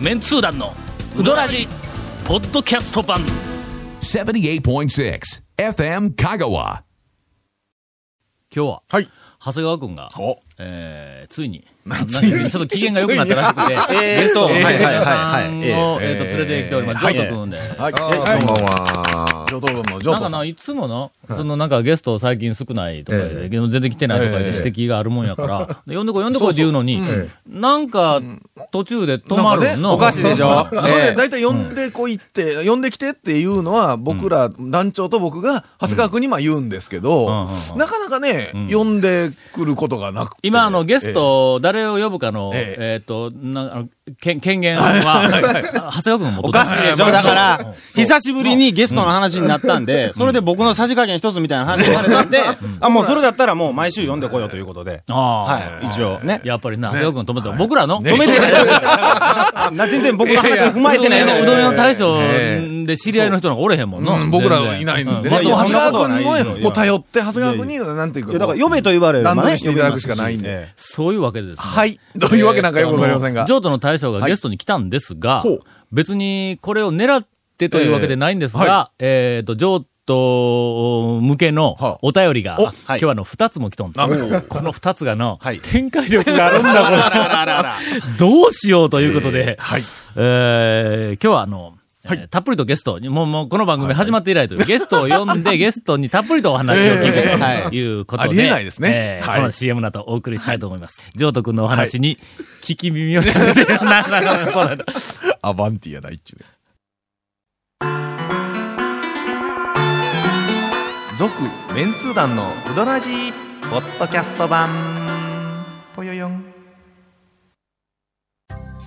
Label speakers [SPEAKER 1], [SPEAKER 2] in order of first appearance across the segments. [SPEAKER 1] メンツー団のウドラジポッドキャスト版
[SPEAKER 2] 78.6 FM Kagawa.
[SPEAKER 1] 今日は、
[SPEAKER 3] はい。
[SPEAKER 1] 長谷川くんが
[SPEAKER 3] お、
[SPEAKER 1] えー、ついに、なんかちょっと機嫌が良くなったらしくて、
[SPEAKER 4] えー
[SPEAKER 1] ゲストを、
[SPEAKER 4] えー
[SPEAKER 1] はいはい
[SPEAKER 4] は
[SPEAKER 1] はいい。
[SPEAKER 4] はい
[SPEAKER 1] を、えーと、連れてきております。ジョート君で。
[SPEAKER 3] はい。
[SPEAKER 4] こんばん
[SPEAKER 3] は。
[SPEAKER 4] は。
[SPEAKER 3] 上等の上
[SPEAKER 1] なん
[SPEAKER 3] 等
[SPEAKER 1] か
[SPEAKER 3] さ。
[SPEAKER 1] なんいつもの、そのなんかゲスト最近少ないとかで、全然来てないとかで
[SPEAKER 3] ええ
[SPEAKER 1] 指摘があるもんやから、で呼んでこい呼んでこいって言うのに、なんか途中で止まるの。
[SPEAKER 4] おかしいでしょ
[SPEAKER 3] あのね、大体呼んでこいって、呼んできてっていうのは、僕ら、団長と僕が、長谷川君にまあ言うんですけど、
[SPEAKER 1] うんうんうんうん
[SPEAKER 3] なかなかね、呼んでくることがなくて。
[SPEAKER 1] 今、あの、ゲスト、誰を呼ぶかの、
[SPEAKER 3] ええ
[SPEAKER 1] えっ、と、な、あの、権権 限は、長谷川君が持っ
[SPEAKER 4] お
[SPEAKER 1] とった
[SPEAKER 4] かしいでしょだから、久しぶりにゲストの話になったんで、それで僕の差し加減一つみたいな話をされたんで、あ、もうそれだったらもう毎週読んでこようということで。
[SPEAKER 1] ああ、
[SPEAKER 4] はい、一応ね。
[SPEAKER 1] やっぱりな、長谷川君止めて、僕らの、
[SPEAKER 4] 止めてない。な全然僕の話踏まえてない
[SPEAKER 1] のうどん屋の大将
[SPEAKER 4] え
[SPEAKER 1] で知り合いの人なんかおれへんもんな。
[SPEAKER 3] うん僕らはいないんで
[SPEAKER 1] う
[SPEAKER 3] ね。
[SPEAKER 4] い
[SPEAKER 3] で
[SPEAKER 4] や
[SPEAKER 3] も長
[SPEAKER 4] いや
[SPEAKER 3] 谷川君
[SPEAKER 4] そんなことはな
[SPEAKER 3] のね
[SPEAKER 4] いですよ
[SPEAKER 3] もう頼って、長谷川君に、なんていう
[SPEAKER 4] い
[SPEAKER 3] か、
[SPEAKER 4] やだから、呼べと言われるば
[SPEAKER 3] 段取
[SPEAKER 4] ね、
[SPEAKER 3] りしていただくしかないんで
[SPEAKER 4] 呼びますし。
[SPEAKER 1] そういうわけですね。
[SPEAKER 3] はい。どういうわけなんかよくわかりませんが。
[SPEAKER 1] 譲渡の大将がゲストに来たんですが、
[SPEAKER 3] はいほう
[SPEAKER 1] 別にこれを狙ってというわけでないんです
[SPEAKER 3] ええは
[SPEAKER 1] が、えっ、と、譲渡向けの
[SPEAKER 3] は
[SPEAKER 1] お便りが、
[SPEAKER 3] お
[SPEAKER 1] 今日はあの二つも来とんと。この二つがの、
[SPEAKER 4] はい
[SPEAKER 1] 展開力があるんだ、これ。 どうしようということで、えー今日はあの、えーたっぷりとゲストに、もう、もう、この番組始まって以来と いう、ゲストを呼んで、ゲストにたっぷりとお話を聞
[SPEAKER 4] ええ
[SPEAKER 1] く
[SPEAKER 4] は
[SPEAKER 1] ということで。
[SPEAKER 3] ありえないですね
[SPEAKER 1] えー
[SPEAKER 3] はい
[SPEAKER 1] この CM などお送りしたいと思います。譲渡君のお話に、聞き耳を立てて、なななそうなんだ
[SPEAKER 3] アバンティやないっちゅうね。
[SPEAKER 4] 続、メンツー団のうどらじ、ポッドキャスト版、ぽよよん。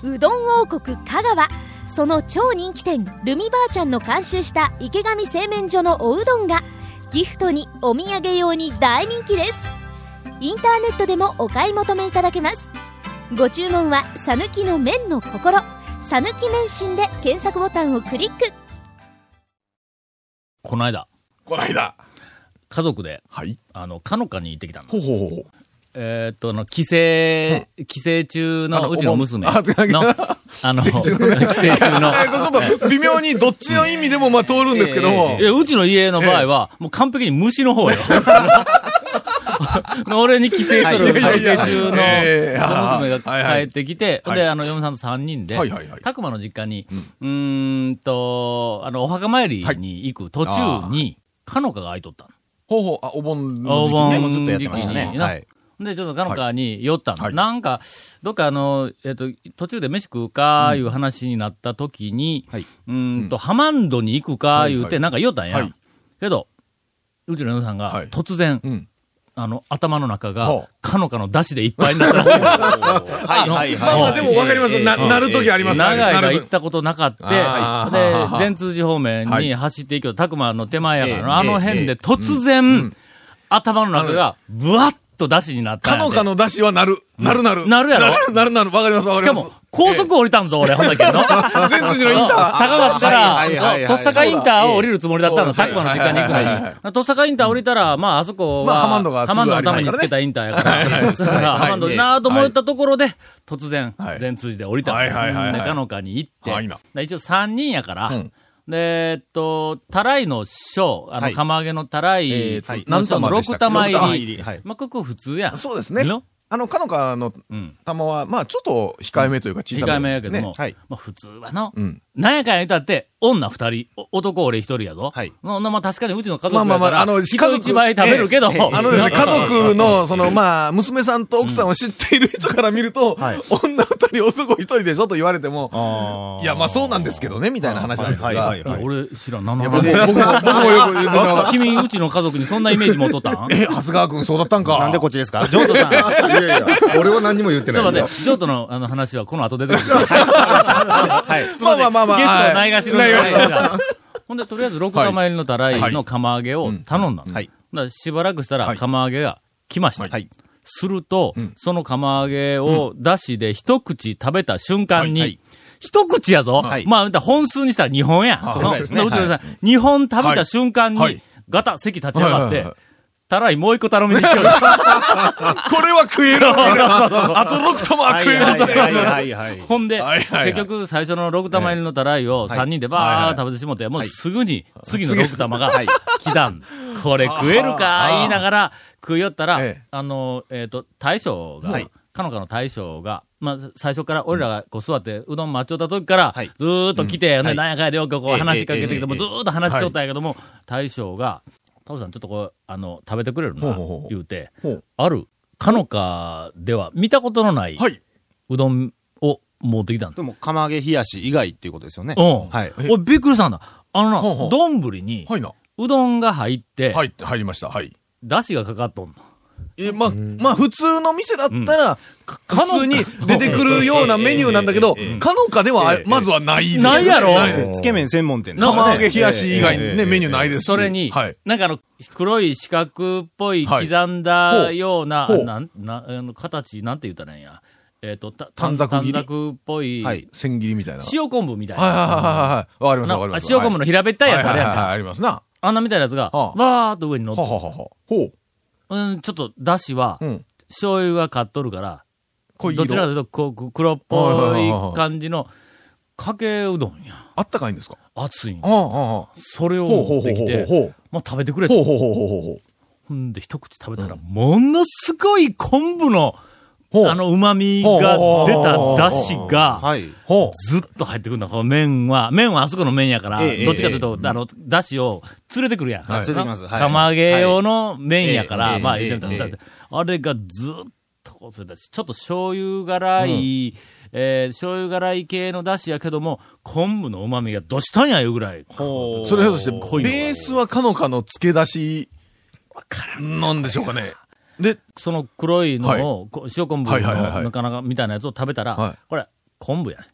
[SPEAKER 5] うどん王国香川その超人気店ルミばあちゃんの監修した池上製麺所のおうどんがギフトにお土産用に大人気ですインターネットでもお買い求めいただけますご注文は「さぬきの麺の心」「さぬき麺心」で検索ボタンをクリック
[SPEAKER 1] この間、
[SPEAKER 3] こないだ。
[SPEAKER 1] 家族で、
[SPEAKER 3] はい。
[SPEAKER 1] あの、かのかに行ってきたの。
[SPEAKER 3] ほうほうほうほう。
[SPEAKER 1] えーっと、あの、帰省、帰省中
[SPEAKER 3] あ
[SPEAKER 1] の
[SPEAKER 3] の
[SPEAKER 1] うちの娘の、
[SPEAKER 3] お盆あ違う
[SPEAKER 1] あの、帰省中の、
[SPEAKER 3] えーちょっと微妙にどっちの意味でもまあ通るんですけども
[SPEAKER 1] い。や、うちの家の場合は、もう完璧に虫の方よ。 俺に帰省する、
[SPEAKER 4] はい
[SPEAKER 1] 帰省中の、
[SPEAKER 3] ええあー
[SPEAKER 1] 娘
[SPEAKER 3] はい
[SPEAKER 1] が
[SPEAKER 3] は
[SPEAKER 1] 帰
[SPEAKER 3] い
[SPEAKER 1] ってきて、
[SPEAKER 3] はい
[SPEAKER 1] で、あの、嫁さんと3人で、
[SPEAKER 3] はいはいはい
[SPEAKER 1] たくまの実家に、うーんと、あの、お墓参りに行く途中に、かのかが空いとったの。
[SPEAKER 3] ほうほう、あ、お盆の
[SPEAKER 1] お
[SPEAKER 3] 時期ね。
[SPEAKER 1] 盆
[SPEAKER 4] ずっとやってましたね
[SPEAKER 1] 時期に
[SPEAKER 4] はい
[SPEAKER 1] で、ちょっとかのかに寄ったの。
[SPEAKER 3] はい
[SPEAKER 1] なんか、どっかあの、えっ、と、途中で飯食うか、いう話になった時に、
[SPEAKER 4] はいう
[SPEAKER 1] ーんと、ハマンドに行くか、言う
[SPEAKER 3] はいは
[SPEAKER 1] て、
[SPEAKER 3] い
[SPEAKER 1] なんか言おったんや。
[SPEAKER 3] はい
[SPEAKER 1] けど、うちの嫁さんが
[SPEAKER 3] は、い
[SPEAKER 1] 突然、
[SPEAKER 3] うん
[SPEAKER 1] あの、頭の中
[SPEAKER 3] ほ
[SPEAKER 1] が
[SPEAKER 3] う、
[SPEAKER 1] かのかの出汁でいっぱいになったらしい。
[SPEAKER 4] はいはいはい。
[SPEAKER 3] まあまあでも分かりますななる時ありますね
[SPEAKER 1] 長
[SPEAKER 3] な
[SPEAKER 1] い
[SPEAKER 3] る
[SPEAKER 1] が
[SPEAKER 3] ほど
[SPEAKER 1] 行ったことなかって、で
[SPEAKER 4] あー、
[SPEAKER 1] 善通寺方面
[SPEAKER 3] は
[SPEAKER 1] に
[SPEAKER 3] い
[SPEAKER 1] 走っていくよ。たくまの手前やから
[SPEAKER 4] ええ
[SPEAKER 1] な、あの辺
[SPEAKER 4] え
[SPEAKER 1] で
[SPEAKER 4] え
[SPEAKER 1] 突然、頭の中が、ぶわっと出汁になったん
[SPEAKER 3] か
[SPEAKER 1] や
[SPEAKER 3] の
[SPEAKER 1] て。
[SPEAKER 3] かの出汁はなる。なるなる。
[SPEAKER 1] なるやろ
[SPEAKER 3] なるなる。わかりますわか
[SPEAKER 1] し
[SPEAKER 3] り
[SPEAKER 1] か
[SPEAKER 3] ます。
[SPEAKER 1] も、高速降りたんぞ、俺、ほんだけど。
[SPEAKER 3] 全通寺のインター。
[SPEAKER 1] 高松か
[SPEAKER 4] はいはいはい
[SPEAKER 1] ら、
[SPEAKER 4] はい
[SPEAKER 1] とっさかインターを降りるつもりだったの、
[SPEAKER 3] そう
[SPEAKER 1] 佐
[SPEAKER 3] だ
[SPEAKER 1] 久間の実家に行く
[SPEAKER 3] はいはいは
[SPEAKER 1] のに。とっさかインター降りたら、まあ、あそこは、
[SPEAKER 3] まあハマンドが
[SPEAKER 1] ハマンドのためにつけたインターやから、だからハマンドいいなぁと思ったところで、突然
[SPEAKER 3] は、い
[SPEAKER 1] 全通じで降りた
[SPEAKER 3] はいはいはいは
[SPEAKER 1] の。
[SPEAKER 3] い
[SPEAKER 1] で、かのかに行って、
[SPEAKER 3] はいな
[SPEAKER 1] で一応3人やから
[SPEAKER 3] うん、
[SPEAKER 1] で、えっと、たらいの師匠、あ
[SPEAKER 4] は
[SPEAKER 1] の、
[SPEAKER 4] い
[SPEAKER 1] 釜揚げのたら
[SPEAKER 3] え
[SPEAKER 1] い
[SPEAKER 3] ーと
[SPEAKER 1] の師匠の
[SPEAKER 3] 何玉でし
[SPEAKER 1] 6
[SPEAKER 3] たっけ
[SPEAKER 1] 玉入
[SPEAKER 4] 六
[SPEAKER 1] り
[SPEAKER 4] 玉入り。
[SPEAKER 1] まあ、ここ普通や。
[SPEAKER 3] そうですね
[SPEAKER 1] の。
[SPEAKER 3] あの、かのかの
[SPEAKER 1] うん。
[SPEAKER 3] 玉は、まあちょっと控えめというか小さ
[SPEAKER 1] 控えめやけども、
[SPEAKER 3] ね
[SPEAKER 4] はい
[SPEAKER 1] まあ普通はの、
[SPEAKER 3] うん
[SPEAKER 1] なんやかんや言ったって、女二人、お男俺一人やぞ。
[SPEAKER 4] はい
[SPEAKER 1] まあ、まあ確かにうちの家族や
[SPEAKER 3] まあ
[SPEAKER 1] から、
[SPEAKER 3] まあまあ、あの、
[SPEAKER 1] 人一倍食べるけど、
[SPEAKER 3] ええあのですね、家族の、その、まあ、娘さんと奥さんを知っている人から見ると、
[SPEAKER 4] はい
[SPEAKER 3] 女二人、男一人でしょと言われても、
[SPEAKER 4] あ
[SPEAKER 3] いや、まあそうなんですけどね、みたいな話なんですが。
[SPEAKER 4] はいはいはい
[SPEAKER 1] いや俺知らん、何
[SPEAKER 3] い
[SPEAKER 1] の
[SPEAKER 3] や僕も、
[SPEAKER 1] 話
[SPEAKER 3] 僕も、僕もよく言うその
[SPEAKER 1] 君、うちの家族にそんなイメージ持っとった ん
[SPEAKER 3] え、長谷川君そうだったんか。
[SPEAKER 4] なんでこっちですか
[SPEAKER 1] ジョート さん。ち
[SPEAKER 6] いやいや、俺は何にも言ってな
[SPEAKER 1] ょ
[SPEAKER 6] い
[SPEAKER 1] っと待
[SPEAKER 6] です
[SPEAKER 1] っ
[SPEAKER 6] よ
[SPEAKER 1] て、。ジョートのあの話はこの後出てくる。
[SPEAKER 4] はい。
[SPEAKER 3] まあまあ まあまあ。
[SPEAKER 1] ゲストは
[SPEAKER 3] は
[SPEAKER 1] ないいがしろに
[SPEAKER 3] ないがしろ
[SPEAKER 1] ほんで、とりあえず6玉入りのたらいの釜揚げを頼んだの。
[SPEAKER 4] はい
[SPEAKER 1] だからしばらくしたら
[SPEAKER 3] はい
[SPEAKER 1] 釜揚げが来ました。
[SPEAKER 4] はい。
[SPEAKER 1] すると、その釜揚げを出汁で一口食べた瞬間に、
[SPEAKER 4] はいはい
[SPEAKER 1] 一口やぞ、
[SPEAKER 4] はい
[SPEAKER 1] まあ、本数にしたら2本や。
[SPEAKER 4] そうですね
[SPEAKER 1] うちの
[SPEAKER 4] はい
[SPEAKER 1] さん、2本食べた瞬間に、
[SPEAKER 3] はい
[SPEAKER 1] ガタ、席立ち上がって、
[SPEAKER 3] はいはいはい
[SPEAKER 1] たらいもう一個頼みに行くように。
[SPEAKER 3] これは食えるあと6玉は食えますね。
[SPEAKER 4] はいはいはい。
[SPEAKER 1] ほんで、
[SPEAKER 3] はいはいはい
[SPEAKER 1] 結局最初の6玉入りのたらいを3人でバーッと食べてしもって、もうすぐに次の6玉が来たん。これ食えるか言いながら食いよったら
[SPEAKER 3] ええ、
[SPEAKER 1] あの、えっ、と、大将が、かのかの大将が、まあ、最初から俺らがこう座って、うどん待ちよった時から、
[SPEAKER 4] はい
[SPEAKER 1] ずーっと来て、ね
[SPEAKER 4] はい
[SPEAKER 1] なんやかんやでよくこう
[SPEAKER 4] ええ
[SPEAKER 1] 話しかけてき
[SPEAKER 4] ええ
[SPEAKER 1] て、
[SPEAKER 4] ええ
[SPEAKER 1] もうずーっと話しよったんやけども、大将が、タオさんちょっとこう、あの、食べてくれる
[SPEAKER 3] ほう
[SPEAKER 1] な
[SPEAKER 3] ほうほう、
[SPEAKER 1] 言うて
[SPEAKER 3] ほう、
[SPEAKER 1] ある、かのかでは見たことのない、
[SPEAKER 3] はい。
[SPEAKER 1] うどんを持ってきたんだ
[SPEAKER 4] でも、釜揚げ冷やし以外っていうことですよね。
[SPEAKER 1] うん。
[SPEAKER 4] はい。
[SPEAKER 1] 俺びっくりしたんだ。あのな、
[SPEAKER 3] ほうほう
[SPEAKER 1] 丼に、
[SPEAKER 3] はいな。
[SPEAKER 1] うどんが入って、
[SPEAKER 3] はい、入りました。はい。
[SPEAKER 1] だしがかかっとんの。
[SPEAKER 3] え、まあ、まあ、普通の店だったら、か
[SPEAKER 1] かの
[SPEAKER 3] 普通に出てくるようなメニューなんだけど、かのかではあ、まずはないですね。
[SPEAKER 1] ないやろ
[SPEAKER 3] はい
[SPEAKER 4] つけ麺専門店です
[SPEAKER 1] な
[SPEAKER 3] 釜揚げ冷やし以外にね、メニューないですし。
[SPEAKER 1] それに、
[SPEAKER 3] はい。
[SPEAKER 1] なんかあの、黒い四角っぽい
[SPEAKER 3] はい
[SPEAKER 1] 刻んだような、
[SPEAKER 3] ほうほう
[SPEAKER 1] なん、な、あの、形、なんて言ったらいいんや。えっ、と、た
[SPEAKER 3] 短冊切り
[SPEAKER 1] 短冊っぽい、
[SPEAKER 4] はい
[SPEAKER 3] 千切りみたいな。はい
[SPEAKER 1] 塩昆布みたいな。
[SPEAKER 3] はいはいはいはい。わかりまし
[SPEAKER 1] な
[SPEAKER 3] た、わかりました。
[SPEAKER 1] 塩昆布の平べったいやつあ
[SPEAKER 3] はい
[SPEAKER 1] れ
[SPEAKER 3] は
[SPEAKER 1] や
[SPEAKER 3] いは
[SPEAKER 1] ん
[SPEAKER 3] いはい、
[SPEAKER 1] か。
[SPEAKER 3] ありますな。は
[SPEAKER 1] あんなみたいなやつが、
[SPEAKER 3] ああ
[SPEAKER 1] わーっと上に乗っ
[SPEAKER 3] は
[SPEAKER 1] て、
[SPEAKER 3] ははは。ほう。
[SPEAKER 1] うん、ちょっとだしは、
[SPEAKER 3] うん。
[SPEAKER 1] 醤油がかっとるから、
[SPEAKER 3] 濃い
[SPEAKER 1] どちらかと
[SPEAKER 3] 色。
[SPEAKER 1] いうとこう黒っぽい感じのかけうどんや。
[SPEAKER 3] あったかいんですか
[SPEAKER 1] 熱いん
[SPEAKER 3] ああ、ああ。
[SPEAKER 1] それを
[SPEAKER 3] ほう
[SPEAKER 1] 持っ
[SPEAKER 3] ほうほ
[SPEAKER 1] て
[SPEAKER 3] う
[SPEAKER 1] きて、
[SPEAKER 3] ほう。
[SPEAKER 1] まあ食べてくれ
[SPEAKER 3] ほう
[SPEAKER 1] と。
[SPEAKER 3] ほうほうほうほうほう。
[SPEAKER 1] ほんで一口食べたら、ものすごい昆布の、
[SPEAKER 3] ほう
[SPEAKER 1] あの旨味が出た出汁が、
[SPEAKER 4] はい。
[SPEAKER 3] ほう。
[SPEAKER 1] ずっと入ってくるんだ。この麺は、麺はあそこの麺やから、
[SPEAKER 4] ええ
[SPEAKER 1] どっちかというと、あの、出汁を連れてくるやん。
[SPEAKER 4] はい連れてきますはい
[SPEAKER 1] 釜揚げ用の麺やから、
[SPEAKER 4] はい
[SPEAKER 1] まあ、
[SPEAKER 4] ええ
[SPEAKER 1] 言うてみたら
[SPEAKER 4] ええ
[SPEAKER 1] あれがずっとこうそれだし、ちょっと醤油辛い、えー醤油辛い系の出汁やけども、昆布の旨味がどしたんやいうぐらい。
[SPEAKER 4] ほう
[SPEAKER 3] それひょっとして、
[SPEAKER 1] 濃いのが
[SPEAKER 3] ベースはかのかの漬け出し、なんでしょうかね。で、
[SPEAKER 1] その黒いのを、こう塩昆布
[SPEAKER 3] はいはいはいは
[SPEAKER 1] の
[SPEAKER 3] い
[SPEAKER 1] なかなかみたいなやつを食べたら、
[SPEAKER 3] はい
[SPEAKER 1] これ、昆布やね。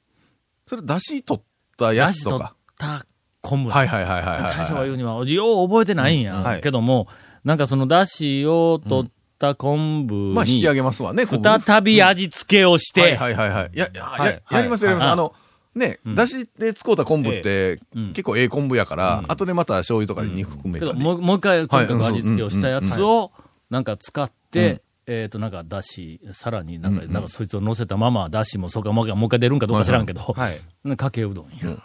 [SPEAKER 3] それ出し取ったや
[SPEAKER 1] 出
[SPEAKER 3] つ
[SPEAKER 1] 汁取
[SPEAKER 3] と
[SPEAKER 1] っ
[SPEAKER 3] か。
[SPEAKER 1] た昆布や。
[SPEAKER 3] はいはいはいはいはい。
[SPEAKER 1] 大将が言うには、よう覚えてないんや、けども、なんかその出汁を取った昆布
[SPEAKER 3] まあ引
[SPEAKER 1] に、
[SPEAKER 3] き上げますわね、ここね
[SPEAKER 1] 再び味付けをして、
[SPEAKER 3] はいはいはいはい。や、や、
[SPEAKER 4] はい
[SPEAKER 3] ややりますやります。
[SPEAKER 1] はい
[SPEAKER 3] あの、ね、だしで使うた昆布って、結構ええ昆布やから、後でまた醤油とかで肉含め
[SPEAKER 1] け
[SPEAKER 3] た
[SPEAKER 1] ど
[SPEAKER 3] り。
[SPEAKER 1] もうもう一回、今回の味付けをしたやつを、なんか使って、えっ、と、なんか、だし、さらになんか、なんか、そいつを乗せたまま、だしもそうか、もう一回もう一回出るんかどうか知らんけど、
[SPEAKER 4] はい。
[SPEAKER 1] かけうどんや。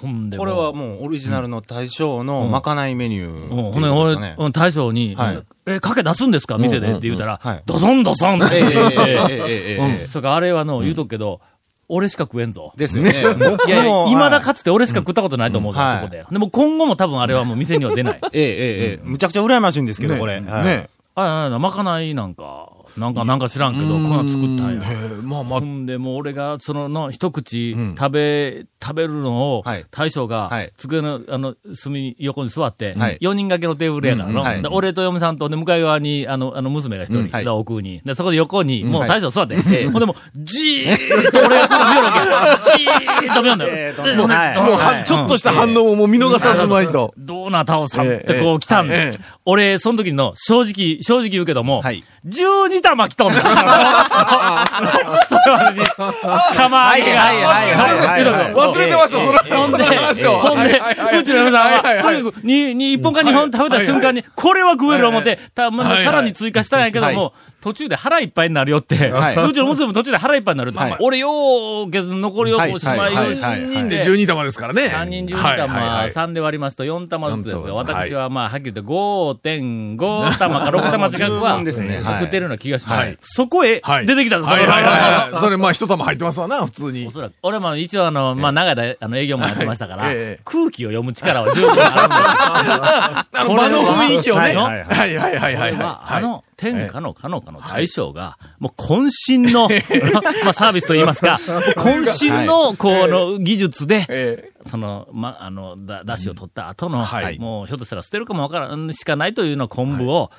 [SPEAKER 1] ほんでも
[SPEAKER 4] こ
[SPEAKER 1] う、
[SPEAKER 4] れはもうオリジナルの大将のまかないメニュ
[SPEAKER 1] うん、
[SPEAKER 4] ー。
[SPEAKER 1] ほんで、
[SPEAKER 4] ですか
[SPEAKER 1] 俺
[SPEAKER 4] ね、
[SPEAKER 1] うん大将に、
[SPEAKER 4] はい
[SPEAKER 1] え、かけ出すんですか店でって言うたら、
[SPEAKER 4] うんうんうんはい
[SPEAKER 1] ドソンドソンって
[SPEAKER 4] ええ
[SPEAKER 1] 言って、
[SPEAKER 4] ええええええ
[SPEAKER 1] うん。そうか、あれはの、言うとくけど、俺しか食えん ぞ。
[SPEAKER 4] ですよね。僕
[SPEAKER 1] いやいや、
[SPEAKER 4] も
[SPEAKER 1] 未だ
[SPEAKER 4] はい
[SPEAKER 1] かつて俺しか食ったことないと思うぞ、
[SPEAKER 4] うん
[SPEAKER 1] そこで。でも今後も多分あれはもう店には出ない。
[SPEAKER 4] ええええええむちゃくちゃ羨ましいんですけど、
[SPEAKER 3] ね
[SPEAKER 4] これ。はい
[SPEAKER 3] ね。
[SPEAKER 1] ああああ、まかないなんか、なんか、なんか知らんけど、こんなん作ったんや。
[SPEAKER 3] へえまあまあ
[SPEAKER 1] ほ、んで、もう俺が、その、の、一口食べ、食べるのを
[SPEAKER 4] はい、
[SPEAKER 1] 大将が
[SPEAKER 4] はい、
[SPEAKER 1] 机の、あの、隅横に座って
[SPEAKER 4] はい、
[SPEAKER 1] 四人掛けのテーブルやから
[SPEAKER 4] うんうんはい
[SPEAKER 1] の。で俺と嫁さんと、で、向かい側に、あの、あの、娘が一人、
[SPEAKER 4] はい
[SPEAKER 1] で奥に。で、そこで横に、もう
[SPEAKER 4] はい
[SPEAKER 1] 大将座って。
[SPEAKER 4] え
[SPEAKER 1] ほんで、もう、じーっと俺がこう見よるわけや。じーっと見よんだ
[SPEAKER 4] え
[SPEAKER 1] よ。
[SPEAKER 4] えと
[SPEAKER 1] で
[SPEAKER 4] もうはい
[SPEAKER 1] ど
[SPEAKER 3] もう
[SPEAKER 1] は
[SPEAKER 3] は、
[SPEAKER 1] い
[SPEAKER 3] ちょっとした反応をもう見逃さずまいと。
[SPEAKER 1] どうな、タオさんってこう来たん
[SPEAKER 3] ええ
[SPEAKER 1] で
[SPEAKER 3] ええ。
[SPEAKER 1] 俺、その時の、正直、正直言うけども
[SPEAKER 4] はい、
[SPEAKER 1] 12玉来と んだ。それはね、釜揚げが。
[SPEAKER 4] はいはいはいはい
[SPEAKER 3] 忘れてました、その
[SPEAKER 1] ほんで、
[SPEAKER 3] 話を。
[SPEAKER 1] ほんで、
[SPEAKER 3] はいはいはいう
[SPEAKER 1] ちの嫁さんは、
[SPEAKER 3] はいはいはい
[SPEAKER 1] とにかくにに一本か二本食べた瞬間に、これは食える思って、たまあ
[SPEAKER 3] はい
[SPEAKER 1] さらに追加したんやけど
[SPEAKER 4] はい
[SPEAKER 1] も、途中で腹いっぱいになるよって、
[SPEAKER 4] はいう
[SPEAKER 1] ちの娘も途中で腹いっぱいになるって
[SPEAKER 4] はい、
[SPEAKER 1] 俺ようけど、残りを
[SPEAKER 4] はい
[SPEAKER 1] こうしまい
[SPEAKER 4] はい
[SPEAKER 1] に
[SPEAKER 4] はい
[SPEAKER 3] 3人で12玉ですからね。
[SPEAKER 1] 3人12
[SPEAKER 3] はい
[SPEAKER 1] 玉、
[SPEAKER 3] はいはい
[SPEAKER 1] 3で割りますと4玉ずつですよ。
[SPEAKER 3] 四玉ずつ
[SPEAKER 1] 私はまあ、はっきり言って5.5玉か6玉近く
[SPEAKER 4] 十
[SPEAKER 1] は、
[SPEAKER 4] 分ですねはい
[SPEAKER 1] 送ってるような気がします。
[SPEAKER 3] はい
[SPEAKER 1] そこへ
[SPEAKER 3] はい
[SPEAKER 1] 出てきたんです、
[SPEAKER 3] はいはい
[SPEAKER 1] その
[SPEAKER 3] は いはい。それ、まあ、一玉入ってますわな、普通に
[SPEAKER 1] お。そらく。俺も一応あの、まあ、長い間、あの、営業もやってましたから
[SPEAKER 3] はいええ、
[SPEAKER 1] 空気を読む力は十分あるんです
[SPEAKER 3] あの、場の雰囲気をね。
[SPEAKER 1] は
[SPEAKER 3] はいい
[SPEAKER 1] はい
[SPEAKER 3] はいはいは
[SPEAKER 1] け
[SPEAKER 3] いはい。
[SPEAKER 1] ど、まあ、あ
[SPEAKER 3] は
[SPEAKER 1] の、天下のかのかの大将が、もう渾 身の、まあ、サービスと言いますか、渾身の、この、技術で
[SPEAKER 3] い、え
[SPEAKER 1] その、ま、あの、だ、だしを取った後の、
[SPEAKER 3] はい
[SPEAKER 1] もうひょっとしたら捨てるかもわからん、しかないというような昆布を、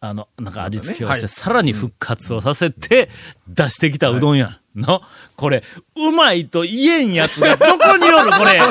[SPEAKER 1] あの、なんか味付けをして、
[SPEAKER 3] はい
[SPEAKER 1] さらに復活をさせて、出してきたうどんや。の、これ、うまいと言えんやつがどこにおる、 これ。の、
[SPEAKER 3] いやいや、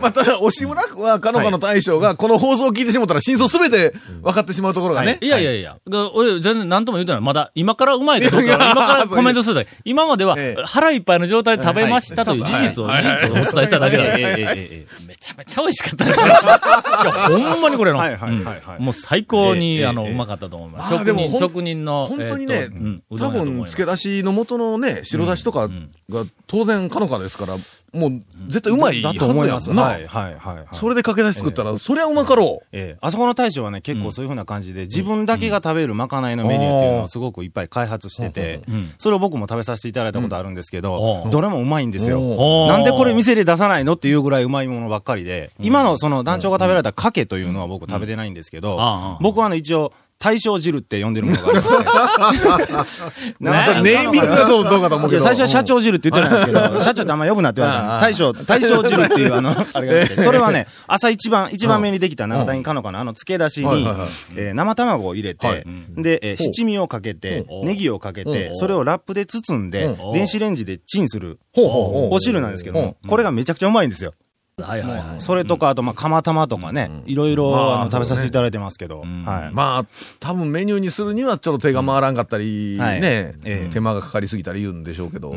[SPEAKER 3] まあ、ただ、押村区は、かのかの大将が、この放送を聞いてしまったら、真相すべて分かってしまうところがね。
[SPEAKER 1] いやいやいや、が俺、全然何とも言うてない。まだ、今からうまいかどうか
[SPEAKER 3] いやいや
[SPEAKER 1] 今からコメントするだけ。今までは
[SPEAKER 3] ええ、
[SPEAKER 1] 腹いっぱいの状態で食べましたという事実を、事実をお伝えしただけだ。めちゃめちゃ美味しかったです よ。いや、ほんまにこれの。
[SPEAKER 4] はいはいはいはい
[SPEAKER 1] うんもう最高に、
[SPEAKER 6] ええ
[SPEAKER 1] あの、
[SPEAKER 6] ええ
[SPEAKER 1] うまかったと思います。
[SPEAKER 3] まあで
[SPEAKER 1] 職
[SPEAKER 3] も
[SPEAKER 1] 人、
[SPEAKER 3] ほん
[SPEAKER 1] 職人の、
[SPEAKER 3] 本当にね、
[SPEAKER 1] 多
[SPEAKER 3] 多分、漬け出しの元のね、白だしとかが、当然、かのかですから、もう、絶対うまいは
[SPEAKER 4] だ
[SPEAKER 3] ず
[SPEAKER 4] と思います。
[SPEAKER 3] やんな
[SPEAKER 4] はい、はい、はい。
[SPEAKER 3] それでかけ出し作ったら、そりゃうまかろう。
[SPEAKER 4] ええあそこの大将はね、結構そういうふうな感じで、自分だけが食べるまかないのメニューっていうのをすごくいっぱい開発してて、それを僕も食べさせていただいたことあるんですけど、
[SPEAKER 1] うん
[SPEAKER 4] どれもうまいんですよ。
[SPEAKER 1] おー
[SPEAKER 4] なんでこれ店で出さないのっていうぐらいうまいものばっかりで、今のその団長が食べられたかけというのは僕食べてないんですけど
[SPEAKER 1] ああ、
[SPEAKER 4] 僕はあの一応、大将汁って呼んでるものがありまして。 なんか
[SPEAKER 1] ね
[SPEAKER 3] ネーミングがどうどうかと思う
[SPEAKER 4] い
[SPEAKER 3] け
[SPEAKER 4] や
[SPEAKER 3] ど。
[SPEAKER 4] 最初は社長汁って言ってたんですけど、社長ってあんま呼ぶなって言われたの大将、大将汁っていうあの、あれがあってそれはね、朝一番、一番目にできた長谷かのかのあの漬け出し
[SPEAKER 3] はい
[SPEAKER 4] に
[SPEAKER 3] はいはい、
[SPEAKER 4] えー生卵を入れ
[SPEAKER 3] はい
[SPEAKER 4] て、で、えー七味をかけて、ネギをかけて、それをラップで包んで、電子レンジでチンする、
[SPEAKER 3] ほうほうほう
[SPEAKER 4] お汁なんですけども、これがめちゃくちゃうまいんですよ。
[SPEAKER 1] はいはいはい。
[SPEAKER 4] それとか、あと、まあ、釜玉とかね、いろいろあの食べさせていただいてますけど、はい。
[SPEAKER 3] まあ、多分メニューにするには、ちょっと手が回らんかったり、
[SPEAKER 4] はい
[SPEAKER 3] ね、
[SPEAKER 4] ええ
[SPEAKER 3] 手間がかかりすぎたり言うんでしょうけど。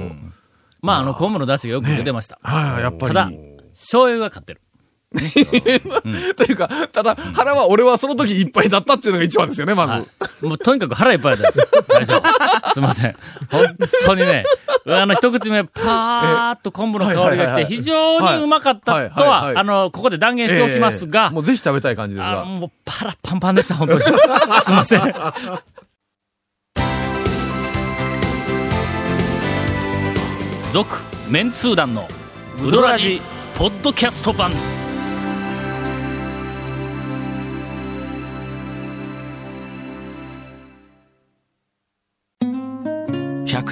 [SPEAKER 1] まあ、あの、昆布の出汁がよく出てました。
[SPEAKER 3] はい、やっ
[SPEAKER 1] た
[SPEAKER 3] ぱり。
[SPEAKER 1] だ、醤油が勝ってる。
[SPEAKER 3] というか、ただ、腹は俺はその時いっぱいだったっていうのが一番ですよね、まず。
[SPEAKER 1] もうとにかく腹いっぱいだったんです。大丈 夫。すいません。本当にね、あの、一口目、パーっと昆布の香りが
[SPEAKER 3] は
[SPEAKER 1] 来
[SPEAKER 3] いはいはい
[SPEAKER 1] て、非常にうまかったと
[SPEAKER 3] はいはいはいは
[SPEAKER 1] は、
[SPEAKER 3] い
[SPEAKER 1] あの、ここで断言しておきます
[SPEAKER 3] え
[SPEAKER 1] が
[SPEAKER 3] えも、うぜひ食べたい感じです
[SPEAKER 1] あの、
[SPEAKER 3] が。
[SPEAKER 1] もうパラパンパンでした、本当に。すい ません。続、メンツー団の、ウドラジ、ポッドキャスト版。
[SPEAKER 7] 100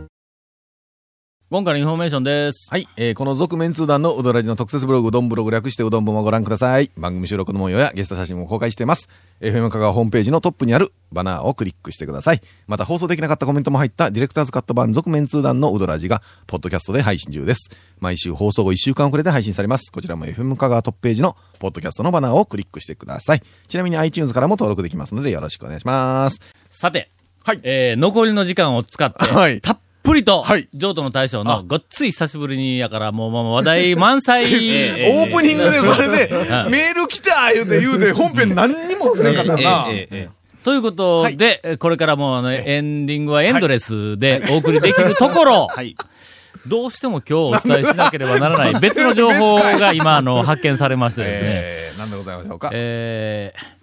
[SPEAKER 1] 今回のインフォメーションです。
[SPEAKER 3] はい、えーこの続面通談のうどらじの特設ブログ、うどんブログ略してうどん部もご覧ください。番組収録の模様やゲスト写真も公開しています。FM 香川ホームページのトップにあるバナーをクリックしてください。また放送できなかったコメントも入ったディレクターズカット版続面通談のうどらじが、ポッドキャストで配信中です。毎週放送後1週間遅れで配信されます。こちらも FM 香川トップページのポッドキャストのバナーをクリックしてください。ちなみに iTunes からも登録できますのでよろしくお願いします。
[SPEAKER 1] さて、
[SPEAKER 3] はい
[SPEAKER 1] えー残りの時間を使って、
[SPEAKER 3] はい
[SPEAKER 1] たっぷりと、
[SPEAKER 3] はい
[SPEAKER 1] 譲渡の大将のごっつい久しぶりにやから、もうまあ話題満 載。
[SPEAKER 3] オープニングでそれで
[SPEAKER 1] は、い
[SPEAKER 3] メール来た言うて言うて、本編何にも触れなかったな。
[SPEAKER 1] ということで、えーこれからもあのエンディングはエンドレスでお送りできるところ、どうしても今日お伝えしなければなら ない別の情報が今あの発見されまして ですね。
[SPEAKER 3] えー、何でございましょうか。
[SPEAKER 1] えー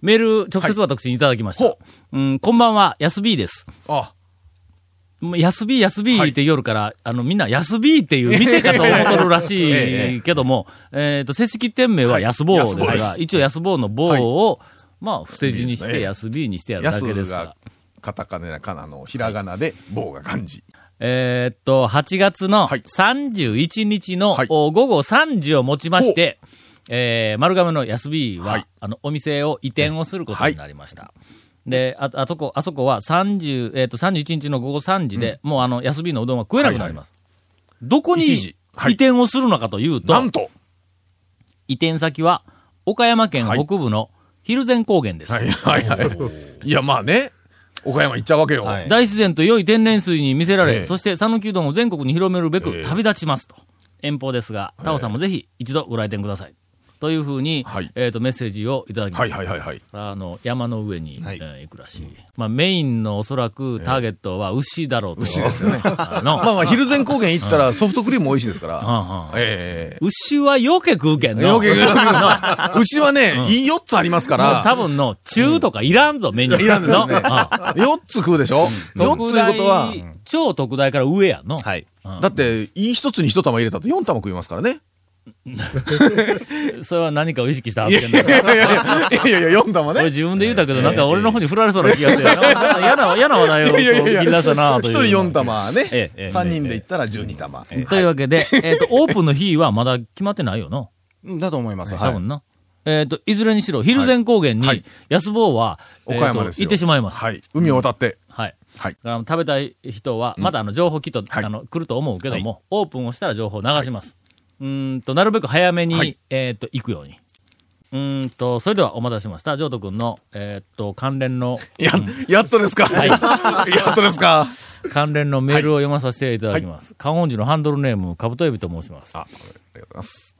[SPEAKER 1] メール直接私にいただきました。
[SPEAKER 3] ほ
[SPEAKER 1] うん、こんばんは、安 B です。
[SPEAKER 3] あ、
[SPEAKER 1] もう安 B、安 B って夜から、あの、みんな安 B っていう店かと思っとるら しいけども、えっと、正式店名は安坊ですが、
[SPEAKER 3] 安坊です
[SPEAKER 1] 一応安坊の坊を、まあ、伏せ字にして安 B にしてやる
[SPEAKER 3] ヤ
[SPEAKER 1] だ
[SPEAKER 3] ス
[SPEAKER 1] けですから
[SPEAKER 3] が。カタカナ、カナのひらがなで、棒が漢字。
[SPEAKER 1] えーっと、8月の
[SPEAKER 3] はい
[SPEAKER 1] 31日の、
[SPEAKER 3] はい
[SPEAKER 1] お午後3時をもちまして、えー丸亀の安 B は、あの、お店を移転をすることになりました。で、あ、あそこ、あそこは30、えーっと、31日の午後3時で、もうあの、安 B のうどんは食えなくなります。どこに
[SPEAKER 3] 一時
[SPEAKER 1] 移
[SPEAKER 3] はい
[SPEAKER 1] 転をするのかというと、
[SPEAKER 3] なんと
[SPEAKER 1] 移転先は、岡山県北部の蒜山高原です。
[SPEAKER 3] はいはいはい。いや、まあね、岡山行っちゃうわけよ。
[SPEAKER 4] はい
[SPEAKER 1] 大自然と良い天然水に見せられ、
[SPEAKER 3] ええ
[SPEAKER 1] そして讃岐うどんを全国に広めるべ
[SPEAKER 3] ええ
[SPEAKER 1] く旅立ちますと。遠方ですが、タオさんもぜひ一度ご来店ください。というふうに、
[SPEAKER 3] はい
[SPEAKER 1] えっ、と、メッセージをいただきま
[SPEAKER 3] はい
[SPEAKER 1] した。
[SPEAKER 3] はいはいはい。
[SPEAKER 1] あの、山の上に、
[SPEAKER 4] はい
[SPEAKER 1] えー行くらしい。まあ、メインのおそらくターゲットは牛だろうと。牛ですね。あの、
[SPEAKER 3] まあまあ、蒜山高原行ったらソフトクリーム美味しいですから。
[SPEAKER 1] うんうん
[SPEAKER 3] ええ
[SPEAKER 1] 牛はよけ食うけんの。
[SPEAKER 3] よけ食うけんの
[SPEAKER 1] の
[SPEAKER 3] 牛はね、4つありますか
[SPEAKER 1] もう
[SPEAKER 3] ら、
[SPEAKER 1] 多分の、中とかいらんぞ、メニュー。
[SPEAKER 3] いらんですよね
[SPEAKER 1] のう
[SPEAKER 3] 4つ食うでしょ ?4 ついうことは、
[SPEAKER 1] 特大超特大から上やの。
[SPEAKER 4] はい。
[SPEAKER 3] だって、いい一つに一玉入れたと4玉食いますからね。
[SPEAKER 1] それは何かを意識した発見だ。
[SPEAKER 3] いやいや、読んだもん
[SPEAKER 1] 俺
[SPEAKER 3] ね。
[SPEAKER 1] 自分で言うたけど、なんか俺の方に振られそうな気がして、なん か嫌な、嫌な話題をこう
[SPEAKER 3] いやいやい
[SPEAKER 1] 切
[SPEAKER 3] や、
[SPEAKER 1] り出したな
[SPEAKER 3] 一
[SPEAKER 1] という。
[SPEAKER 3] 人4玉ね
[SPEAKER 4] えええ。え
[SPEAKER 3] 3人で行ったら12玉。
[SPEAKER 1] というわけで、えっ と、オープンの日はまだ決まってないよな。
[SPEAKER 4] うんだと思います。は
[SPEAKER 1] 多
[SPEAKER 4] い。
[SPEAKER 1] 分な。えっと、いずれにしろ、蒜山高原に、安坊は、えーと
[SPEAKER 3] 岡山ですよ
[SPEAKER 1] 行ってしまいます。
[SPEAKER 3] はい。海を渡って。
[SPEAKER 1] はい。
[SPEAKER 3] はい
[SPEAKER 1] だから食べたい人は、まだあの情報きっと、
[SPEAKER 3] はい
[SPEAKER 1] あの来ると思うけども、オープンをしたら情報を流します。うーんと、なるべく早めに、
[SPEAKER 3] はい
[SPEAKER 1] えーっと、行くように。うーんと、それではお待たせしました。ジョート君の、えーっと、関連の、
[SPEAKER 3] や、やっとですかやっとですか
[SPEAKER 1] 関連のメールを読まさせていただきます。観音寺のハンドルネーム、カブトエビと申します。
[SPEAKER 3] あ、ありがとうございます。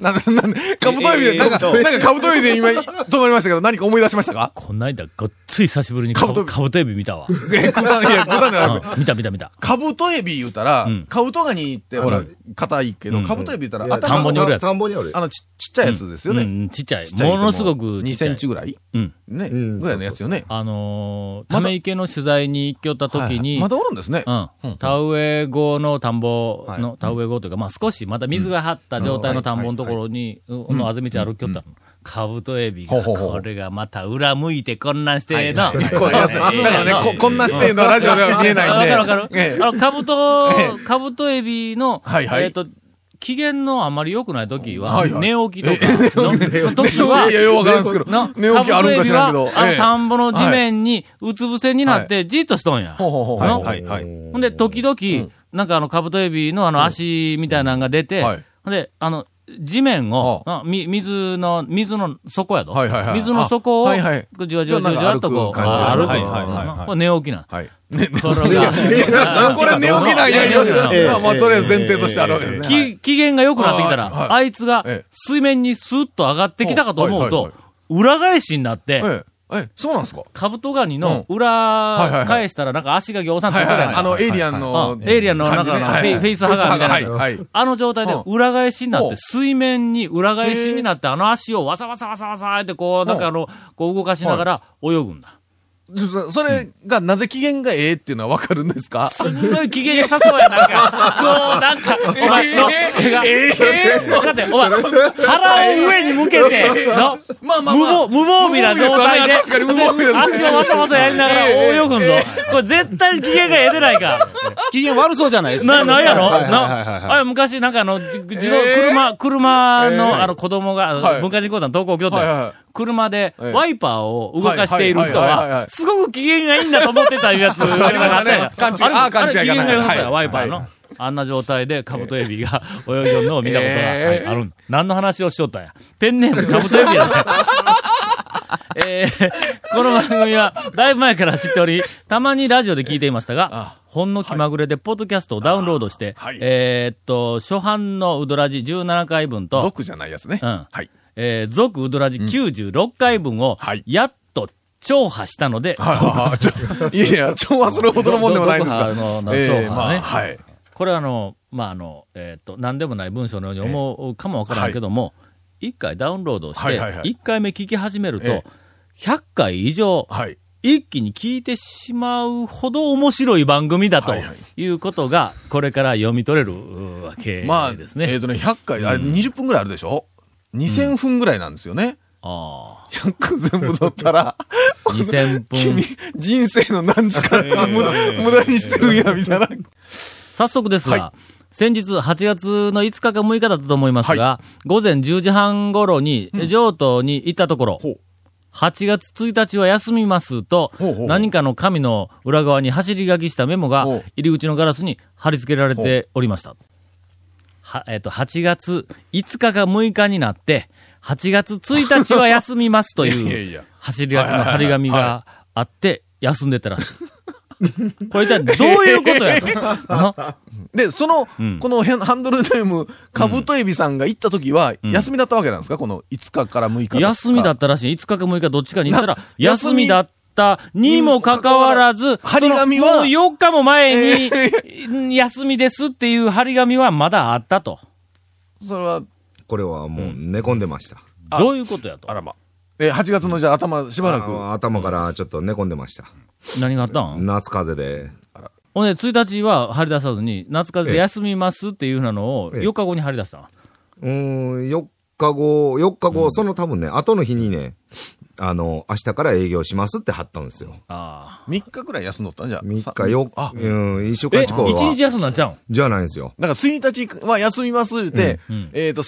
[SPEAKER 3] なんで、なんで、カブトエビで、なんか、なんかカブトエビで今、止まりましたけど、何か思い出しましたか
[SPEAKER 1] こないだ、ごっつい久しぶりにカブ
[SPEAKER 3] カブトエ
[SPEAKER 1] カブトエ
[SPEAKER 3] ビ
[SPEAKER 1] ビ見たわ。う
[SPEAKER 3] え、食った、いや、食ったんじゃなくて。
[SPEAKER 1] ん見た見た見た。
[SPEAKER 3] カブトエビ言うたら
[SPEAKER 1] うん、
[SPEAKER 3] カブトガニって、ほ
[SPEAKER 6] う
[SPEAKER 3] ら
[SPEAKER 6] ん、
[SPEAKER 3] 硬いけ
[SPEAKER 1] う
[SPEAKER 3] ど、
[SPEAKER 1] ん
[SPEAKER 3] カブトエビ言ったら、
[SPEAKER 6] や
[SPEAKER 1] 田んぼ
[SPEAKER 3] 頭
[SPEAKER 1] におるやつ
[SPEAKER 6] 田んぼにおる。
[SPEAKER 3] あの、ちちっちゃいやつですよ
[SPEAKER 1] う
[SPEAKER 3] ね。
[SPEAKER 1] ん、ちっちゃい
[SPEAKER 3] ち。っちゃいけ
[SPEAKER 1] も
[SPEAKER 3] ど
[SPEAKER 1] のすごくち
[SPEAKER 3] 2
[SPEAKER 1] っちゃ
[SPEAKER 3] セ
[SPEAKER 1] い。
[SPEAKER 3] ンチぐらい
[SPEAKER 1] うん。
[SPEAKER 3] ね、
[SPEAKER 6] ん
[SPEAKER 3] ぐらいのやつよね。
[SPEAKER 1] あのー、ため池の取材に行きよった時に、
[SPEAKER 3] はいまだおるんですね。
[SPEAKER 1] うん。田植え後の田んぼの、田植え後というか、まあ少しまた水が張った状態の田んぼのところに、うんのあぜ道歩きよったの。カブトエビ
[SPEAKER 3] ほ
[SPEAKER 1] が、
[SPEAKER 3] うほうほう
[SPEAKER 1] これがまた裏向いてこんなんしてな。
[SPEAKER 3] こうやつだからね、こ、こんなステーのラジオでは見えないん
[SPEAKER 1] わ
[SPEAKER 3] で。
[SPEAKER 1] かるわかる。
[SPEAKER 3] え
[SPEAKER 1] あの、カブト、カブトエビの、
[SPEAKER 3] はいはい
[SPEAKER 1] えっと、機嫌のあまり良くない時は、
[SPEAKER 3] はいはい
[SPEAKER 1] 寝起きとかの、の
[SPEAKER 3] え、
[SPEAKER 1] 時はい
[SPEAKER 3] や、ようわからんすけど
[SPEAKER 1] な、、
[SPEAKER 3] 寝起きあるんか知らんけど
[SPEAKER 1] カブ。トエビはあの
[SPEAKER 3] ええ
[SPEAKER 1] 田んぼの地面にうつ伏せになってじっとしとんや。
[SPEAKER 3] ほうほうほう
[SPEAKER 1] な
[SPEAKER 3] はいはい
[SPEAKER 1] ほんで、時々、なんかあの、カブトエビのあの、足みたいなのが出て、
[SPEAKER 3] はい
[SPEAKER 1] ほんで、あの、地面を、あみ水の、水の底やと。
[SPEAKER 3] はいはいはい
[SPEAKER 1] 水の底を、
[SPEAKER 3] あはいはい
[SPEAKER 1] こうじわじわじわじわっとこう、
[SPEAKER 3] じゃあ
[SPEAKER 1] 歩く
[SPEAKER 3] なんか歩く感じですね
[SPEAKER 1] の
[SPEAKER 3] はいはい
[SPEAKER 1] これ寝起きなん。
[SPEAKER 3] はい。
[SPEAKER 1] これが
[SPEAKER 3] いや、ちょっとこれ寝起きないやいやいや
[SPEAKER 4] ええ
[SPEAKER 3] まあまあ、とりあえず前提としてあるわけですね。はい
[SPEAKER 1] き機嫌が良くなってきたら、
[SPEAKER 3] はいはい
[SPEAKER 1] あいつが
[SPEAKER 3] ええ
[SPEAKER 1] 水面にスーッと上がってきたかと思うと、
[SPEAKER 3] はいは
[SPEAKER 1] 裏返しになって、
[SPEAKER 3] ええ、ええ、そうなんですか
[SPEAKER 1] カブトガニの裏返したらなんか足がぎょうさんつい
[SPEAKER 3] は
[SPEAKER 1] て
[SPEAKER 3] い
[SPEAKER 1] た
[SPEAKER 3] はい
[SPEAKER 1] やん
[SPEAKER 3] はい。
[SPEAKER 1] か
[SPEAKER 3] あの、エイリアンの
[SPEAKER 1] うん、エイリアンの中のフェイフェイスハガーみたいなやつ
[SPEAKER 3] はいはい。
[SPEAKER 1] あの状態で
[SPEAKER 3] うん
[SPEAKER 1] 裏返しになっ
[SPEAKER 3] ほ
[SPEAKER 1] て
[SPEAKER 3] う、
[SPEAKER 1] 水面に裏返しになって、あの足をわさわさわさわさってこう、なんかあの、こう動かしながら泳ぐんだ。
[SPEAKER 3] ちょっとそれがなぜ機嫌がええっていうのはわかるんですか
[SPEAKER 1] すんごい機嫌良さそうや、なんか。こう、なん か、お前の、手が、
[SPEAKER 3] え
[SPEAKER 1] だって、お前、腹を上に向けて、の、
[SPEAKER 3] まあまあ
[SPEAKER 1] 無
[SPEAKER 3] まあ
[SPEAKER 1] 防、無防備な状態で、
[SPEAKER 3] 無防備ですよね確かに無防備ですね
[SPEAKER 1] 足をわさわさやりながら泳ぐんぞ。これ絶対に機嫌がええでないか。
[SPEAKER 4] 機嫌悪そうじゃないですか。
[SPEAKER 1] な、なんやろ
[SPEAKER 4] はいはいはいはい
[SPEAKER 1] な、あれ昔なんかあの、じ自動、車、車のあの子供が、あ
[SPEAKER 3] は
[SPEAKER 1] の
[SPEAKER 3] い
[SPEAKER 1] 文化人講座の投稿京都
[SPEAKER 3] はいはいはい
[SPEAKER 1] 車で
[SPEAKER 3] ええ
[SPEAKER 1] ワイパーを動かしている人
[SPEAKER 3] はいはいはいはいは
[SPEAKER 1] は、
[SPEAKER 3] い
[SPEAKER 1] すごく機嫌がいいんだと思ってたやつが あ
[SPEAKER 3] りましたね勘違い
[SPEAKER 1] れ
[SPEAKER 3] あー勘違い
[SPEAKER 1] あれ機嫌
[SPEAKER 3] がない
[SPEAKER 1] が良さそうや、
[SPEAKER 3] は
[SPEAKER 1] ワ
[SPEAKER 3] い
[SPEAKER 1] イパーの。あんな状態でカブトエビが泳ぎよるのを見たことがはい
[SPEAKER 3] ええ
[SPEAKER 1] あるんだ。何の話をしよったんや。ペンネームカブトエビやね。えーこの番組は、だいぶ前から知っており、たまにラジオで聞いていましたが、ほんの気まぐれで、ポッドキャストをダウンロードして、
[SPEAKER 3] はい
[SPEAKER 1] えーっと、初版のウドラジ17回分と、
[SPEAKER 3] 族じゃないやつね。
[SPEAKER 1] うん
[SPEAKER 3] はい。
[SPEAKER 1] えー、続ウドラジ96回分を
[SPEAKER 3] はい、
[SPEAKER 1] やっと超破したので、
[SPEAKER 3] はいはいはいちょ。いやいや、調和するほどのもんでもないんですが
[SPEAKER 1] どどこ派の。
[SPEAKER 3] ええ
[SPEAKER 1] 調和ね
[SPEAKER 3] まあはい。
[SPEAKER 1] これはあの、まあ、あの、えーっと、なんでもない文章のように思うかもわからんけども、一回ダウンロードして、
[SPEAKER 3] はいはいはい
[SPEAKER 1] 一回目聞き始める
[SPEAKER 3] え
[SPEAKER 1] と、100回以上、
[SPEAKER 3] はい。
[SPEAKER 1] 一気に聞いてしまうほど面白い番組だと
[SPEAKER 3] はいはい
[SPEAKER 1] いうことが、これから読み取れるうわけ
[SPEAKER 3] まあ、
[SPEAKER 1] ですね。
[SPEAKER 3] えっとね、100回、あれ20分ぐらいあるでしょ ?2000 分ぐらいなんですよね。
[SPEAKER 1] あ
[SPEAKER 3] 100全部取ったら、
[SPEAKER 1] あ、2000
[SPEAKER 3] 君
[SPEAKER 1] 分。、
[SPEAKER 3] 人生の何時間か無駄無駄にしてるんや、みたいな。
[SPEAKER 1] 早速ですが、
[SPEAKER 3] は
[SPEAKER 1] 先日8月の5日か6日だったと思いますが、午前10時半頃に、上都に行ったところ、
[SPEAKER 3] ほう
[SPEAKER 1] 8月1日は休みますと、
[SPEAKER 3] ほうほうほう
[SPEAKER 1] 何かの紙の裏側に走り書きしたメモが
[SPEAKER 3] ほう
[SPEAKER 1] 入り口のガラスに貼り付けられておりました。は、えっ、と、8月5日か6日になって、8月1日は休みますと
[SPEAKER 3] いや
[SPEAKER 1] い
[SPEAKER 3] いやいうや
[SPEAKER 1] 走り書きの貼り紙があって、休んでたらしい。これ一体どういうことやと。 な
[SPEAKER 3] で、その、
[SPEAKER 1] うん
[SPEAKER 3] このへんハンドルネーム、カブトエビさんが行った時は、
[SPEAKER 1] ん
[SPEAKER 3] 休みだったわけなんですかこの5日から6日。
[SPEAKER 1] 休みだ
[SPEAKER 3] っ
[SPEAKER 1] ったらしい。5日か6日どっちかに行ったら
[SPEAKER 3] な、
[SPEAKER 1] 休みだったにもかかわらず、
[SPEAKER 3] 張り紙は
[SPEAKER 1] そのもう4日も前に、うん 休みですっていう張り紙はまだあったと。
[SPEAKER 3] た。それは、
[SPEAKER 6] これはもう寝込んでました。
[SPEAKER 1] どういうことやと。
[SPEAKER 3] ま。え、8月のじゃあ頭しばら
[SPEAKER 6] あ
[SPEAKER 3] く。
[SPEAKER 6] の頭からちょっと寝込んでました。
[SPEAKER 1] 何があったん
[SPEAKER 6] 夏風邪で。
[SPEAKER 1] ほんで、1日は張り出さずに、夏風邪で
[SPEAKER 6] ええ
[SPEAKER 1] 休みますっていうふうなのを、
[SPEAKER 6] ええ
[SPEAKER 1] 4日後に張り出したわ。
[SPEAKER 6] うーん、4日後、4日後、その多分ね、後の日にね、あの、明日から営業しますって貼ったんですよ。
[SPEAKER 1] ああ。
[SPEAKER 3] 3日くらい休んどったんじゃ。
[SPEAKER 6] 3日、
[SPEAKER 3] さ
[SPEAKER 6] 4
[SPEAKER 3] あ
[SPEAKER 6] 日、、うん、1週
[SPEAKER 1] え、
[SPEAKER 6] 間近く
[SPEAKER 1] 1
[SPEAKER 6] は
[SPEAKER 1] 日、休んだん ちゃうん
[SPEAKER 6] じゃないんですよ。
[SPEAKER 3] なんか1日は休みますって、
[SPEAKER 1] ん
[SPEAKER 3] えっ、と、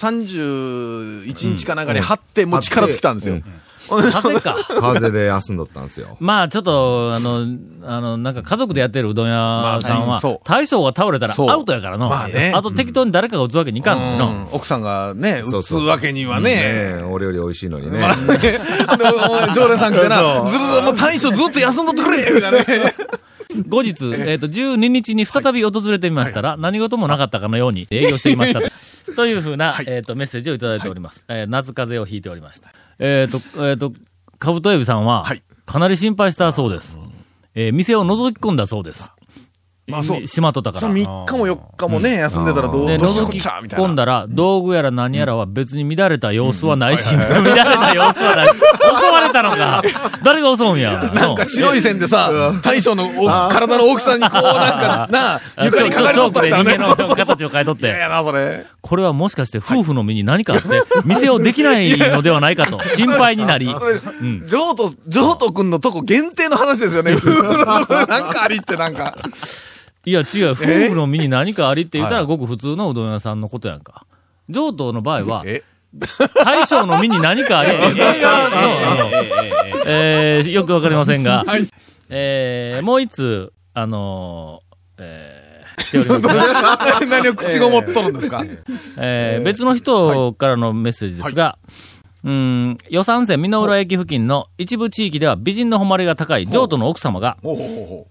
[SPEAKER 3] 31日かなんかに貼って、もう力尽きたんですよ。
[SPEAKER 6] うん
[SPEAKER 1] 風邪か。。
[SPEAKER 6] 風邪で休んどったんですよ
[SPEAKER 1] まあちょっと、あの、あの、なんか家族でやってるうどん屋さん
[SPEAKER 3] ま
[SPEAKER 1] は
[SPEAKER 3] あそう、
[SPEAKER 1] 大将が倒れたら
[SPEAKER 3] そう
[SPEAKER 1] アウトやからの。
[SPEAKER 3] まあね
[SPEAKER 1] と適当に誰かが打つわけにいかんのよ
[SPEAKER 3] う
[SPEAKER 1] の。
[SPEAKER 3] ん奥さんがね、
[SPEAKER 6] そ
[SPEAKER 3] 打
[SPEAKER 6] う
[SPEAKER 3] つ
[SPEAKER 6] そうそう
[SPEAKER 3] わけにはね。
[SPEAKER 6] ねえ、お料理美味しいのにね。
[SPEAKER 3] まあね、でお常連さん来てな、ずるずる、もう大将ずっと休んどってくれみたい なね。
[SPEAKER 1] 後日、えっと、12日に再び訪れてみましたら、何事もなかったかのように営業していましたと。 というふうな、えっと、メッセージをいただいております。えー夏風邪をひいておりました。えっと、えっと、カブトエビさんは
[SPEAKER 3] はい、
[SPEAKER 1] かなり心配したそうです。えー、店を覗き込んだそうです。
[SPEAKER 3] まあそう
[SPEAKER 1] しまっとったから。
[SPEAKER 3] その3日も4日もね、休んでたらどう
[SPEAKER 1] で、
[SPEAKER 3] どうした
[SPEAKER 1] 覗
[SPEAKER 3] こっ
[SPEAKER 1] き
[SPEAKER 3] ちゃみた
[SPEAKER 1] 込
[SPEAKER 3] い
[SPEAKER 1] ん
[SPEAKER 3] な。
[SPEAKER 1] だら、道具やら何やらは別に乱れた様子はないし、 乱れた様子はない。襲われたのか。誰が襲うんや。
[SPEAKER 3] なんか白い線でさ、大将のお体の大きさにこう、なんか、なあ、
[SPEAKER 1] あ
[SPEAKER 3] 床にかかり
[SPEAKER 1] チョー
[SPEAKER 3] とった
[SPEAKER 1] ク
[SPEAKER 3] り
[SPEAKER 1] で
[SPEAKER 3] したら
[SPEAKER 1] 人
[SPEAKER 3] ね。
[SPEAKER 1] 間
[SPEAKER 3] そう
[SPEAKER 1] の
[SPEAKER 3] そう
[SPEAKER 1] 形を変えとっ
[SPEAKER 3] いやい
[SPEAKER 1] て、
[SPEAKER 3] やな、それ。
[SPEAKER 1] これはもしかして夫婦の身に何かあって、店をできないのではない かと心配になり、
[SPEAKER 3] それ、ジョート、ジョート君のとこ限定の話ですよね。夫婦のとこで なんかありってなんか。
[SPEAKER 1] いや違う、夫婦の身に何かありって言った
[SPEAKER 3] は
[SPEAKER 1] らごく普通のうどん屋さんのことやんか。上等の場合は、
[SPEAKER 3] え
[SPEAKER 1] 大将の身に何かあり、映画の、あのえーよくわかりませんが、えーもう一つ、あのーえー来ておりますが
[SPEAKER 3] 何を口ごもっとるんですか
[SPEAKER 1] えー別の人からのメッセージですが、うーん予算線美濃浦駅付近の一部地域では美人の誉れが高い譲渡の奥様が、
[SPEAKER 3] ほうほうほうほ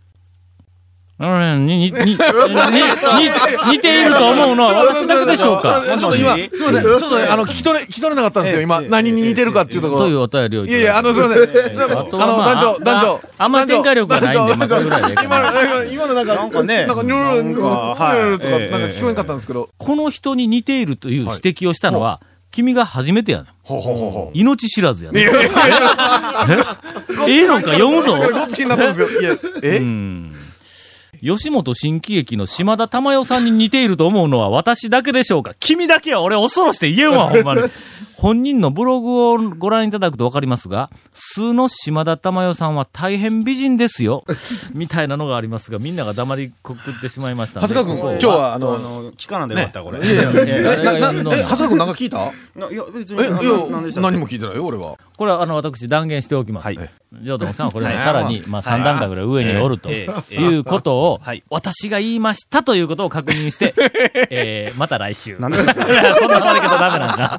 [SPEAKER 1] うんににに にに似ていると思うのは私だけでしょうか
[SPEAKER 3] ちょっと今、すいません。ちょっとね、あの、聞き取れ、聞き取れなかったんですよ。今、何に似てるかっていうところ。
[SPEAKER 1] というお便りをい
[SPEAKER 3] い
[SPEAKER 1] ただ
[SPEAKER 3] や
[SPEAKER 1] い
[SPEAKER 3] い
[SPEAKER 1] て
[SPEAKER 3] や、あの、すいません。すいませんあ
[SPEAKER 1] あ
[SPEAKER 3] の、
[SPEAKER 1] とはまあ
[SPEAKER 3] 団長、団長。
[SPEAKER 1] ああんまり展開力がないんで
[SPEAKER 3] 団長
[SPEAKER 1] まあこれぐらい でいいか
[SPEAKER 3] 今
[SPEAKER 1] な
[SPEAKER 3] の、今のなんか、
[SPEAKER 4] なんかね
[SPEAKER 3] なんか、ニュルル、ニュルルとか、
[SPEAKER 4] なんかはい
[SPEAKER 3] なんか聞こえんかったんですけど。
[SPEAKER 1] この人に似ているという指摘をしたのは、君が初めてやねん
[SPEAKER 3] ほうほうほうほう。
[SPEAKER 1] 命知らずやねん。 えええのか読むぞ
[SPEAKER 3] これごっつ気になったんですけど。いや、
[SPEAKER 1] う
[SPEAKER 3] え
[SPEAKER 1] ん吉本新喜劇の島田珠代さんに似ていると思うのは私だけでしょうか君だけは俺恐ろして言えんわ、ほんまに。本人のブログをご覧いただくとわかりますが、素の島田珠代さんは大変美人ですよ。みたいなのがありますが、みんなが黙りこくってしまいましたん
[SPEAKER 3] 長
[SPEAKER 1] で。
[SPEAKER 3] 谷川君、
[SPEAKER 1] ここ
[SPEAKER 3] 今日は、あ
[SPEAKER 4] あの、あ
[SPEAKER 3] の、
[SPEAKER 4] の、聞かなんでよかった、これ。
[SPEAKER 3] いやいや、
[SPEAKER 4] え
[SPEAKER 3] え、な、な、え、長谷川君なんか聞いた
[SPEAKER 4] え ないや、別
[SPEAKER 3] え、
[SPEAKER 4] に、
[SPEAKER 3] いや
[SPEAKER 4] ななんでし、たっけ
[SPEAKER 3] 何も聞いてないよ、俺は。
[SPEAKER 1] これはあの私断言しておきます。
[SPEAKER 4] はい
[SPEAKER 1] ジョートンさんはこれの
[SPEAKER 4] はい
[SPEAKER 1] さらに、まあ、3段階ぐらい上におると
[SPEAKER 4] ええええ
[SPEAKER 1] いうことを
[SPEAKER 4] はい、
[SPEAKER 1] 私が言いましたということを確認 して、えーまた来週。そん
[SPEAKER 4] 何
[SPEAKER 1] な
[SPEAKER 4] でしたっけ
[SPEAKER 1] 終わり方ダメなんか。